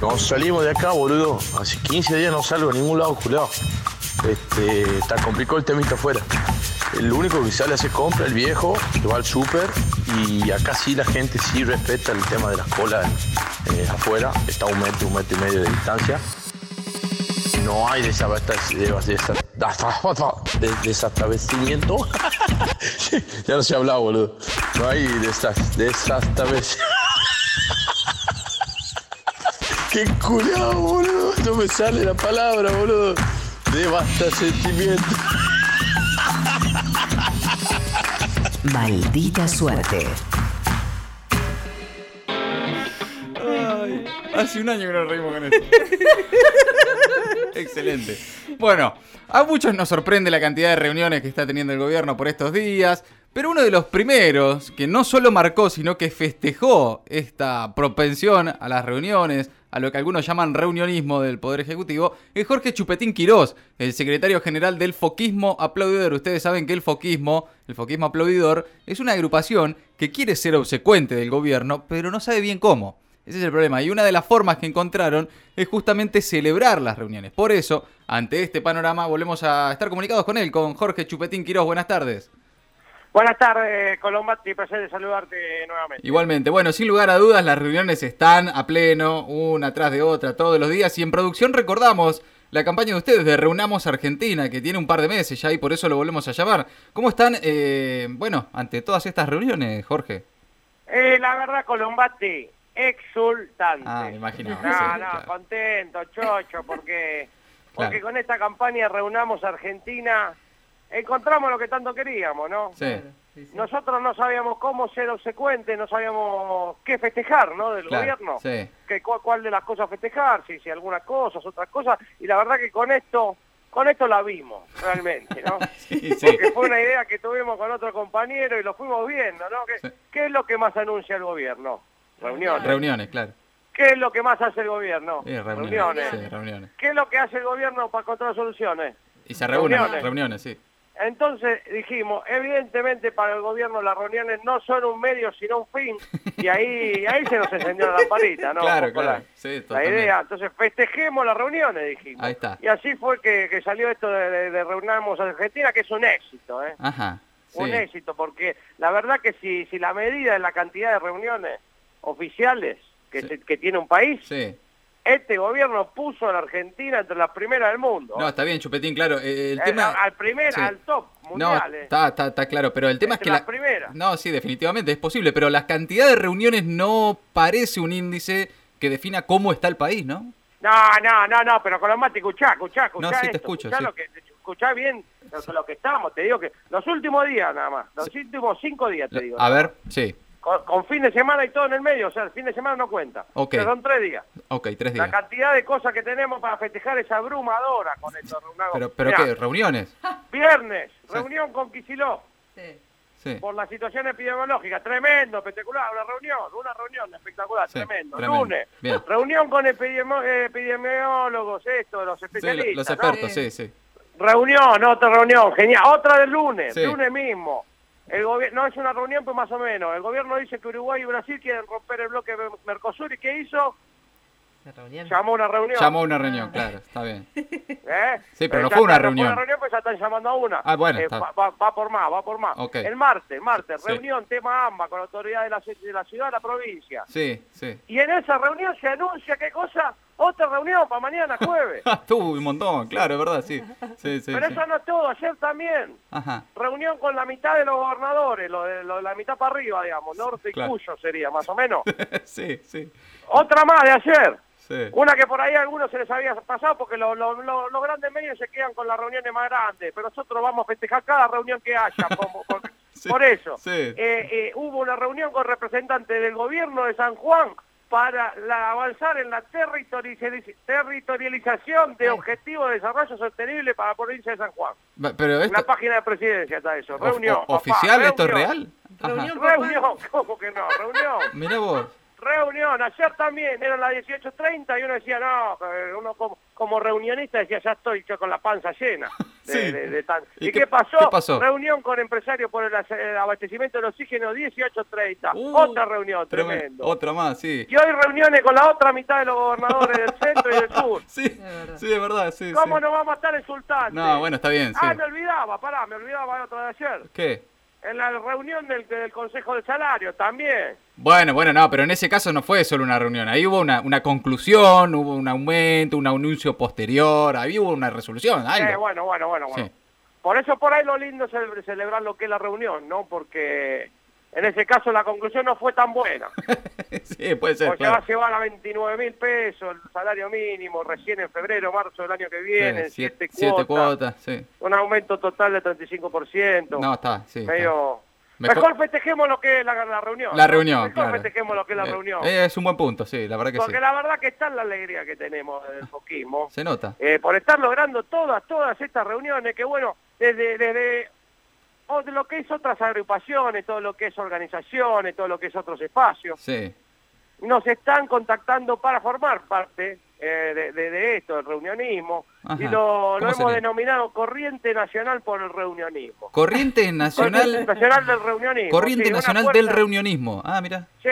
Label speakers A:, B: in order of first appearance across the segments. A: Cuando salimos de acá, boludo, hace 15 días no salgo a ningún lado, culado. Este, está complicado el temita afuera. El único que sale hace compra, el viejo, que va al súper. Y acá sí la gente sí respeta el tema de las colas eh, afuera. Está a un metro, un metro y medio de distancia. No hay desabastecimiento. ya no se habla, boludo. No hay desabastecimiento. ¡Qué curado, boludo! No me sale la palabra, boludo. Devasta sentimiento.
B: Maldita suerte.
C: Ay, hace un año que nos reímos con esto. Excelente. Bueno, a muchos nos sorprende la cantidad de reuniones que está teniendo el gobierno por estos días, pero uno de los primeros que no solo marcó, sino que festejó esta propensión a las reuniones, a lo que algunos llaman reunionismo del Poder Ejecutivo, es Jorge Chupetín Quirós, el secretario general del Foquismo Aplaudidor. Ustedes saben que el Foquismo, el Foquismo Aplaudidor, es una agrupación que quiere ser obsecuente del gobierno, pero no sabe bien cómo. Ese es el problema. Y una de las formas que encontraron es justamente celebrar las reuniones. Por eso, ante este panorama, volvemos a estar comunicados con él, con Jorge Chupetín Quirós. Buenas tardes.
D: Buenas tardes, Colombati. Placer de saludarte nuevamente.
C: Igualmente. Bueno, sin lugar a dudas, las reuniones están a pleno, una tras de otra, todos los días. Y en producción recordamos la campaña de ustedes de Reunamos Argentina, que tiene un par de meses ya y por eso lo volvemos a llamar. ¿Cómo están, eh, bueno, ante todas estas reuniones, Jorge?
D: Eh, la verdad, Colombati, exultante.
C: Ah, me imaginaba,
D: No,
C: sí,
D: no,
C: claro.
D: contento, chocho, porque, porque
C: Claro.
D: con esta campaña reunamos Argentina, encontramos lo que tanto queríamos, ¿no?
C: Sí.
D: Nosotros no sabíamos cómo ser obsecuentes, no sabíamos qué festejar, ¿no? Del
C: Claro,
D: gobierno.
C: sí.
D: Que, cu- cuál de las cosas festejar, si, si algunas cosas, otras cosas. Y la verdad que con esto, con esto la vimos, realmente, ¿no?
C: Sí, sí.
D: Porque fue una idea que tuvimos con otro compañero y lo fuimos viendo, ¿no? ¿Qué, qué es lo que más anuncia el gobierno? Reuniones.
C: Reuniones, claro.
D: ¿Qué es lo que más hace el gobierno?
C: Eh, reuniones. Sí, reuniones.
D: ¿Qué es lo que hace el gobierno para encontrar soluciones?
C: Y se reúnen, reuniones,
D: Reuniones.
C: sí.
D: Entonces dijimos, evidentemente para el gobierno las reuniones no son un medio sino un fin, y ahí ahí se nos encendió la lamparita, ¿no?
C: Claro,
D: Un poco
C: claro.
D: la-
C: Sí,
D: La,
C: totalmente.
D: idea, entonces festejemos las reuniones, dijimos.
C: Ahí está.
D: Y así fue que, que salió esto de, de- de Reunamos Argentina, que es un éxito, ¿eh?
C: Ajá. Sí.
D: un éxito, porque la verdad que si, si la medida es la cantidad de reuniones oficiales que,
C: Sí.
D: se- que tiene un país,
C: Sí.
D: este gobierno puso a la Argentina entre las primeras del mundo.
C: No, está bien, Chupetín, claro. eh, El
D: Eh,
C: tema...
D: al primer,
C: sí.
D: al top
C: No,
D: mundial. eh.
C: está, está, está claro, pero el tema es que
D: Entre las primeras.
C: No, sí, definitivamente es posible, pero la cantidad de reuniones no parece un índice que defina cómo está el país, ¿no?
D: No, no, no, no, pero Colombati, escuchá, escuchá, escuchá.
C: No, sí, te
D: esto,
C: escucho,
D: escuchá
C: sí.
D: lo que, escuchá bien lo, lo que estamos, te digo que los últimos días nada más, los últimos cinco días te digo.
C: A ver, sí.
D: Con, con fin de semana y todo en el medio, o sea, el fin de semana no cuenta.
C: Ok.
D: Pero son tres días.
C: Ok, tres
D: La
C: días.
D: cantidad de cosas que tenemos para festejar es abrumadora con esto. Reunamos.
C: Pero, pero
D: Mirá,
C: ¿qué? ¿Reuniones?
D: Viernes, reunión con Kicillof
C: Sí.
D: por la situación epidemiológica. Tremendo, espectacular. Una reunión, una reunión espectacular,
C: Sí,
D: tremendo.
C: tremendo.
D: Lunes,
C: Bien.
D: reunión con epidemio- eh, epidemiólogos, esto, los
C: Sí, lo-
D: especialistas.
C: los
D: ¿no?
C: expertos, sí, sí.
D: Reunión, otra reunión, genial. Otra del lunes,
C: Sí.
D: lunes mismo. El gobi- no es una reunión, pues más o menos. El gobierno dice que Uruguay y Brasil quieren romper el bloque de Mercosur. ¿Y qué hizo? Llamó a una reunión.
C: Llamó a una reunión, claro, está bien.
D: ¿Eh?
C: Sí, pero no
D: ya
C: fue una
D: está,
C: reunión.
D: una reunión, pues ya están llamando a una.
C: Ah, bueno,
D: Eh,
C: está.
D: va, va- va por más, va por más.
C: Ok.
D: El martes, martes,
C: Sí.
D: reunión, tema AMBA, con la autoridad de la, ci- de la ciudad, la provincia.
C: Sí, sí.
D: Y en esa reunión se anuncia, ¿qué cosa? Otra reunión para mañana, jueves.
C: Tuvo un montón, claro, es verdad, sí. Sí, sí,
D: pero
C: sí.
D: eso no es todo, ayer también.
C: Ajá.
D: Reunión con la mitad de los gobernadores, lo de, lo de la mitad para arriba, digamos, norte
C: claro.
D: y Cuyo sería, más o menos.
C: Sí, sí,
D: Otra más de ayer.
C: sí.
D: Una que por ahí a algunos se les había pasado porque lo- lo- lo- los grandes medios se quedan con las reuniones más grandes, pero nosotros vamos a festejar cada reunión que haya. como- por,
C: Sí,
D: por eso,
C: sí.
D: Eh, eh, hubo una reunión con representantes del gobierno de San Juan para la- avanzar en la territorializ- territorialización de objetivos de desarrollo sostenible para la provincia de San Juan.
C: Va- Pero
D: Una
C: esto...
D: página de presidencia está eso.
C: o-
D: Reunión.
C: o-
D: papá,
C: ¿Oficial? ¿Esto es
D: reunión.
C: real? Ajá.
E: Reunión.
D: Reunión, ¿cómo que no? Reunión.
C: Mirá vos.
D: Reunión, ayer también, eran las 18.30 y uno decía, no, eh, uno como, como reunionista decía, ya estoy yo con la panza llena. de-
C: Sí.
D: de- de tan-
C: ¿Y
D: ¿Y,
C: qué-
D: qué, pasó?
C: qué pasó?
D: Reunión con empresarios por el, ace- el abastecimiento del oxígeno 18.30.
C: Uh,
D: Otra reunión,
C: tremen-
D: tremendo.
C: Otra más, sí.
D: Y hoy reuniones con la otra mitad de los gobernadores del centro y del sur.
C: Sí, sí, es verdad, sí.
D: ¿Cómo
C: sí.
D: nos vamos a estar insultando?
C: No, bueno, está bien, sí.
D: Ah, me olvidaba, pará, me olvidaba de otra de ayer.
C: ¿Qué?
D: En la reunión del, del Consejo de Salario también.
C: Bueno, bueno, no, pero en ese caso no fue solo una reunión. Ahí hubo una, una conclusión, hubo un aumento, un anuncio posterior, ahí hubo una resolución, algo.
D: Eh, bueno, bueno, bueno, bueno.
C: Sí.
D: Por eso por ahí lo lindo es cele- celebrar lo que es la reunión, ¿no? Porque en ese caso la conclusión no fue tan buena.
C: sí, puede ser.
D: Porque va a
C: claro.
D: llevar a 29 mil pesos el salario mínimo recién en febrero, marzo del año que viene,
C: Sí,
D: siete,
C: siete cuotas,
D: cuotas,
C: sí.
D: un aumento total del 35%.
C: No, está, sí. está.
D: medio...
C: Mejor-
D: Mejor, festejemos lo que es la, la reunión.
C: La
D: ¿no?
C: reunión,
D: Mejor
C: claro.
D: festejemos lo que es la
C: Eh,
D: reunión.
C: eh, es un buen punto, sí, la verdad que
D: Porque
C: sí.
D: la verdad que está la alegría que tenemos del foquismo.
C: Se nota.
D: Eh, por estar logrando todas, todas estas reuniones, que bueno, desde, desde o de lo que es otras agrupaciones, todo lo que es organizaciones, todo lo que es otros espacios,
C: Sí.
D: nos están contactando para formar parte eh, de, de- de esto, del reunionismo,
C: Ajá.
D: y lo,
C: ¿Cómo
D: lo hemos
C: sería?
D: denominado Corriente Nacional por el Reunionismo.
C: Corriente
D: Corriente
C: Nacional,
D: Nacional del Reunionismo.
C: Corriente
D: sí, una
C: Nacional
D: fuerza-
C: del Reunionismo. Ah, mira.
D: Sí,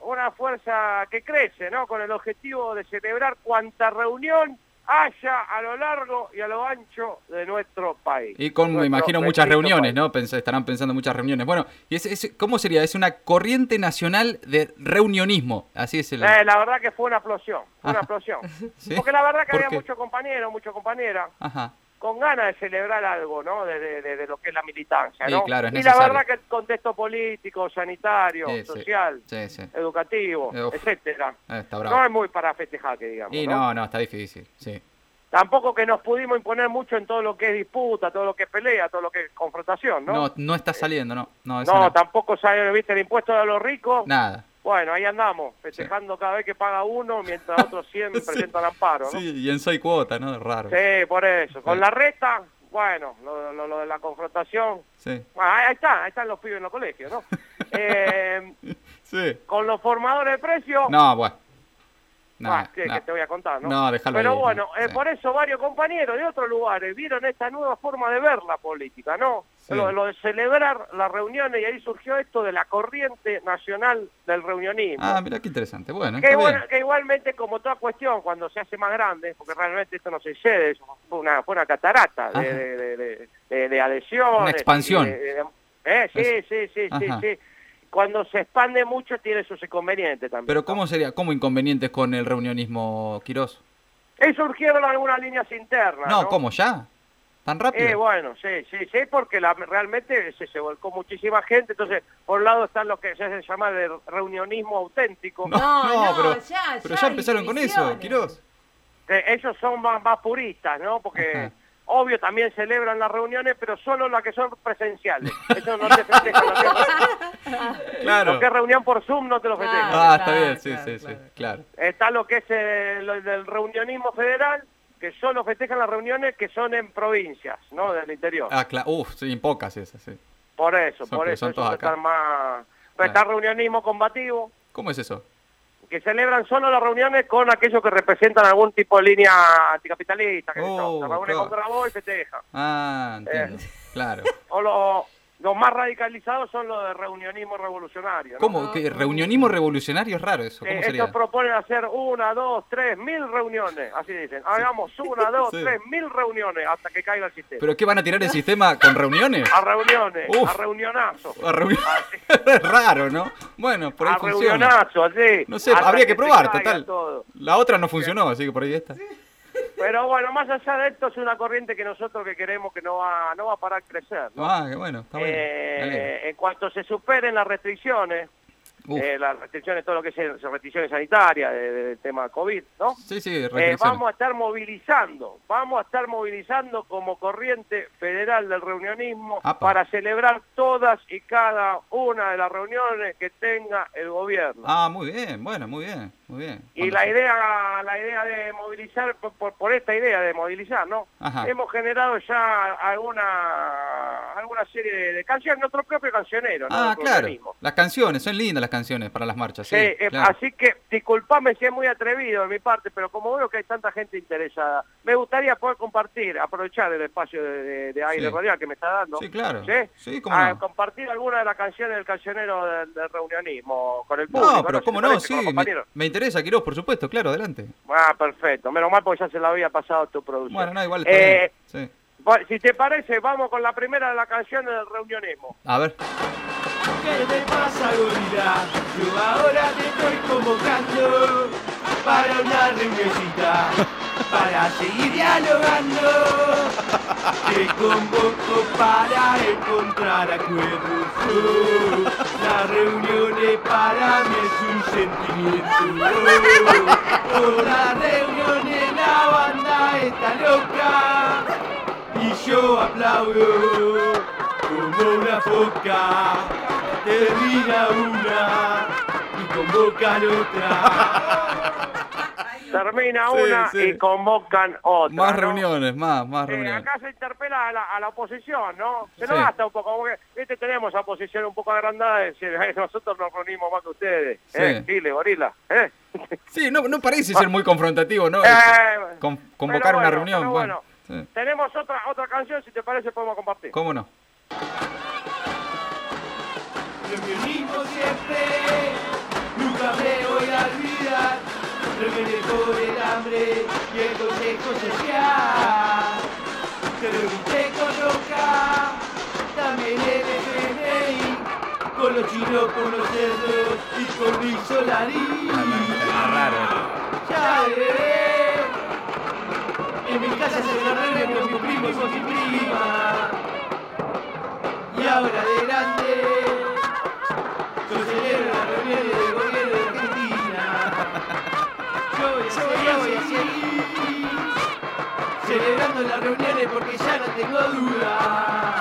D: una fuerza que crece, ¿no? Con el objetivo de celebrar cuanta reunión haya a lo largo y a lo ancho de nuestro país.
C: Y con, me
D: Nuestro
C: imagino, muchas
D: bendito
C: reuniones,
D: país.
C: ¿no? Pens- estarán pensando muchas reuniones. Bueno, y es, es- ¿cómo sería? Es una corriente nacional de reunionismo. Así es el...
D: Eh, la verdad que fue una explosión, fue
C: Ah.
D: una explosión.
C: ¿Sí?
D: Porque la verdad que
C: ¿Por
D: había
C: qué?
D: muchos compañeros, muchas compañeras
C: Ajá.
D: con ganas de celebrar algo, ¿no? Desde de, de lo que es la militancia,
C: Sí,
D: ¿no?
C: claro, es
D: y la
C: necesario.
D: verdad que el contexto político, sanitario,
C: Sí, sí.
D: social,
C: Sí, sí. Eh,
D: educativo,
C: Uf.
D: etcétera.
C: Está
D: No
C: bravo.
D: es muy para festejar, que digamos.
C: Y
D: ¿no?
C: no, no, está difícil. Sí.
D: tampoco que nos pudimos imponer mucho en todo lo que es disputa, todo lo que es pelea, todo lo que es confrontación, ¿no? Eh,
C: No, no está saliendo, no. No,
D: No,
C: eso no.
D: tampoco sale, viste, el impuesto a los ricos.
C: Nada.
D: Bueno, ahí andamos, festejando cada vez que paga uno, mientras otros 100 presentan amparo, ¿no? Sí.
C: Sí, y en soy cuota, ¿no? Raro.
D: por eso. Con
C: Sí.
D: la reta, bueno, lo, lo- lo de la confrontación.
C: Sí.
D: Bueno, ahí ahí está, ahí están los pibes en los colegios, ¿no? Eh,
C: Sí.
D: con los formadores de precios,
C: No, bueno.
D: Ah,
C: Nada,
D: ¿qué-
C: nada.
D: qué te voy a contar, ¿no?
C: No, déjalo
D: Pero
C: ahí,
D: bueno,
C: no,
D: eh,
C: sí.
D: por eso varios compañeros de otros lugares vieron esta nueva forma de ver la política, ¿no?
C: Sí.
D: Lo, lo de celebrar las reuniones y ahí surgió esto de la corriente nacional del reunionismo.
C: Ah, mira qué interesante. Bueno,
D: que,
C: está bien.
D: igual- que igualmente, como toda cuestión, cuando se hace más grande, porque realmente esto no se cede, es una, fue una catarata
C: Ajá.
D: de, de, de, de- de- de adhesiones,
C: Una expansión.
D: y de- de- eh, sí, sí, sí, sí,
C: Ajá.
D: sí. Cuando se expande mucho tiene sus inconvenientes también.
C: Pero
D: ¿no?
C: ¿cómo sería? ¿Cómo inconvenientes con el reunionismo, Quirós?
D: Y Eh, surgieron algunas líneas internas.
C: No,
D: No,
C: ¿cómo ya? ¿Tan rápido?
D: Eh, bueno, sí, sí, sí, porque la, realmente se, se volcó muchísima gente. Entonces, por un lado están los que se hacen llamar de reunionismo auténtico.
B: No, no,
C: pero,
B: ya,
C: pero
B: ya
C: ya
B: hay
C: empezaron con eso,
B: divisiones.
C: Quirós.
D: que ellos son más, más puristas, ¿no? Porque,
C: Ajá.
D: obvio, también celebran las reuniones, pero solo las que son presenciales. Eso no te festejan. lo, que,
C: Claro.
D: lo que es reunión por Zoom no te lo festejan.
C: Ah, está
B: Claro,
C: bien, sí,
B: claro,
C: sí, sí,
B: claro.
C: claro.
D: Está lo que es eh, lo del reunionismo federal, que solo festejan las reuniones que son en provincias, ¿no? Del interior.
C: Ah, claro. Uf, sí, pocas esas, sí.
D: Por eso,
C: Son-
D: por
C: pero
D: eso,
C: son
D: eso
C: todos acá.
D: están más... Pero
C: Claro.
D: está reunionismo combativo,
C: ¿Cómo es eso?
D: que celebran solo las reuniones con aquellos que representan algún tipo de línea anticapitalista, que
C: Oh,
D: se reúnen
C: claro.
D: contra vos y se tejan.
C: Ah, entiendo.
D: Eh.
C: Claro.
D: O lo- los más radicalizados son los de reunionismo revolucionario. ¿no?
C: ¿Cómo? ¿Que reunionismo revolucionario es raro eso?
D: Eh,
C: ¿Cómo
D: estos
C: sería?
D: proponen hacer una, dos, tres, mil reuniones, así dicen. Hagamos una, dos,
C: Sí.
D: tres, mil reuniones hasta que caiga el sistema.
C: ¿Pero qué van a tirar el sistema con reuniones?
D: A reuniones,
C: Uf.
D: a reunionazos.
C: A reunión- Es raro, ¿no? Bueno, por ahí
D: Ah, A
C: funciona.
D: reunionazos, sí.
C: No sé,
D: hasta
C: habría que
D: se
C: probar,
D: caiga
C: total.
D: todo.
C: La otra no funcionó, así que por ahí está.
D: Pero bueno, más allá de esto es una corriente que nosotros que queremos que no va, no va a parar de crecer. ¿no?
C: Ah, qué bueno, está bueno.
D: Eh,
C: Me alegro.
D: en cuanto se superen las restricciones,
C: Uf.
D: eh, las restricciones, todo lo que es eh, restricciones sanitarias de- de- del tema COVID, ¿no?
C: Sí, sí,
D: Eh,
C: restricciones.
D: vamos a estar movilizando, vamos a estar movilizando como corriente federal del reunionismo
C: Apa.
D: para celebrar todas y cada una de las reuniones que tenga el gobierno.
C: Ah, muy bien, bueno, muy bien, muy bien.
D: Y
C: Cuando-
D: la idea, la idea de movilizar, por, por- por esta idea de movilizar, ¿no?
C: Ajá.
D: Hemos generado ya alguna alguna serie de, de canciones, nuestro propio cancionero, ¿no?
C: Ah,
D: Del
C: claro.
D: reunionismo.
C: Las canciones, son lindas las canciones para las marchas.
D: Sí,
C: Sí,
D: eh,
C: claro.
D: así que disculpame si es muy atrevido de mi parte, pero como veo que hay tanta gente interesada, me gustaría poder compartir, aprovechar el espacio de, de- de aire
C: Sí.
D: radial que me está dando.
C: Sí, claro. Sí, cómo
D: Ah,
C: no.
D: Compartir alguna de las canciones del cancionero del, del reunionismo con el público.
C: No, pero
D: sé
C: cómo
D: si te
C: no,
D: parece,
C: sí,
D: con los
C: me,
D: compañeros.
C: me interesa, Quiroz, por supuesto, claro, adelante.
D: Ah, perfecto. Menos mal porque ya se la había pasado tu producción.
C: Bueno, no, igual está
D: Eh,
C: bien. Sí.
D: bueno, Si te parece, vamos con la primera de las canciones del reunionismo.
C: A ver,
B: ¿Qué te pasa, gorila? Yo ahora te estoy convocando para una reunioncita, para seguir dialogando. Te convoco para encontrar acuerdos. Oh, La reunión es para mí es un sentimiento. Oh, oh, la reunión en la banda está loca y yo aplaudo como una foca. Termina una y convocan otra.
D: Termina
C: Sí,
D: una
C: sí.
D: y convocan otra.
C: más
D: ¿no?
C: reuniones, más, más
D: Sí,
C: reuniones.
D: acá se interpela a la, a la oposición, ¿no? Se nos
C: Sí.
D: gasta un poco, como que, viste, tenemos a oposición un poco agrandada de decir, "Eh, nosotros nos reunimos más que ustedes, ¿eh?
C: Sí.
D: Chile, gorila, ¿eh?
C: Sí, no, no parece ser muy confrontativo, ¿no?
D: Ah. Eh,
C: Con-
D: pero
C: convocar una
D: bueno,
C: reunión,
D: pero
C: bueno. Sí.
D: Tenemos otra otra canción, si te parece podemos compartir.
C: ¿Cómo no?
B: Reunionismo siempre, nunca me voy a olvidar. Reuniones por el hambre y el consejo social. Te reuniste con Roca, también el FMI, con los chinos, con los cerdos y con Luis Solari. Ya veré. En mi casa se lo con mi primo y con mi prima. Y ahora adelante, yo celebro la reunión del gobierno de Argentina. Yo voy a seguir, voy a seguir, celebrando las reuniones porque ya no tengo duda.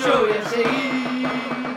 B: Yo voy a seguir,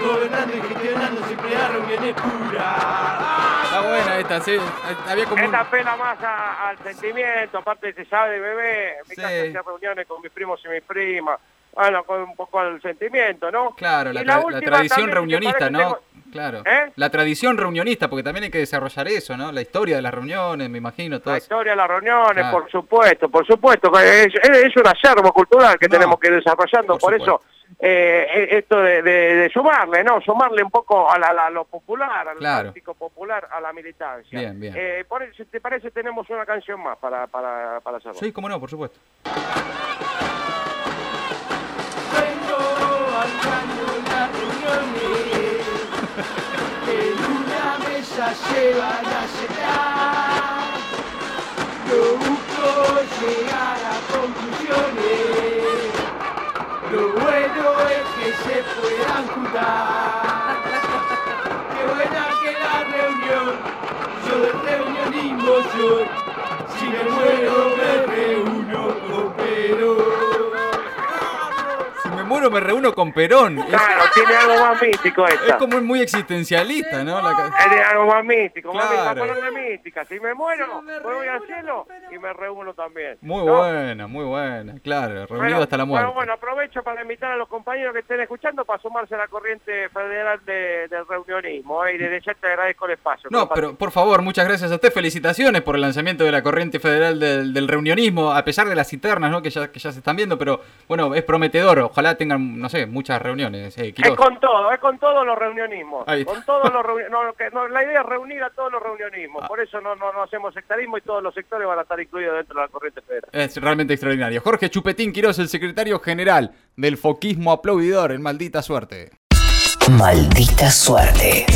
B: gobernando y gestionando siempre las reuniones puras.
C: Está buena esta, sí. Eh, Había como un-
D: Esta pela más a- al sentimiento, aparte se sabe de bebé, en mi
C: Sí.
D: casa hacía reuniones con mis primos y mis primas, bueno, con un poco al sentimiento, ¿no?
C: Claro,
D: Y
C: la, tra- la
D: última
C: tradición
D: también, si te
C: reunionista,
D: parece,
C: ¿no?
D: tengo-
C: Claro.
D: ¿Eh?
C: La tradición reunionista, porque también hay que desarrollar eso, ¿no? La historia de las reuniones, me imagino, todo
D: La
C: eso.
D: historia de las reuniones,
C: Claro.
D: por supuesto, por supuesto. que Es, es un acervo cultural que
C: No,
D: tenemos que ir desarrollando,
C: por
D: por, eso
C: supuesto.
D: eh, e- esto de, de- de sumarle, ¿no? Sumarle un poco a, la- la- lo popular, al
C: Claro.
D: práctico popular, a la militancia.
C: Bien, bien.
D: Eh, por eso, si te parece, tenemos una canción más para, para, para hacerlo.
C: Sí, cómo no, por supuesto.
B: Vengo armando las reuniones En una mesa se van a sentar Lo busco llegar a conclusiones Lo bueno es que se puedan juntar Qué buena que la reunión Yo de reunionismo soy Si me muero me reúno con Perón
C: Si me muero, me reúno con Perón. Es,
D: Claro, tiene algo más místico
C: es
D: esta.
C: como muy existencialista, ¿no? La ca-
D: Tiene algo más místico, más
C: Claro.
D: místico, una palabra mística. Si me muero,
E: me
D: voy al
E: reúno,
D: cielo
E: pero-
D: y me reúno también.
C: muy
D: ¿no?
C: buena, muy buena. Claro, reunido hasta la muerte.
D: Pero bueno, aprovecho para invitar a los compañeros que estén escuchando para sumarse a la corriente federal de- del reunionismo. ¿eh? Y desde ya te agradezco el espacio.
C: No,
D: compadre.
C: pero por favor, muchas gracias a usted. Felicitaciones por el lanzamiento de la corriente federal del, del reunionismo, a pesar de las internas ¿no? que, ya, que ya se están viendo, pero bueno, es prometedor. Ojalá tengan, no sé, muchas reuniones. eh, Quiroz.
D: Es con todo, es con todos los reunionismos.
C: Ahí está.
D: Con todos los reuni- no, que- no, la idea es reunir a todos los
C: Ah.
D: reunionismos. Por eso no, no, no hacemos sectarismo y todos los sectores van a estar incluidos dentro de la corriente federal.
C: Es realmente extraordinario. Jorge Chupetín Quiroz, el secretario general del foquismo aplaudidor en maldita suerte.
F: Maldita suerte.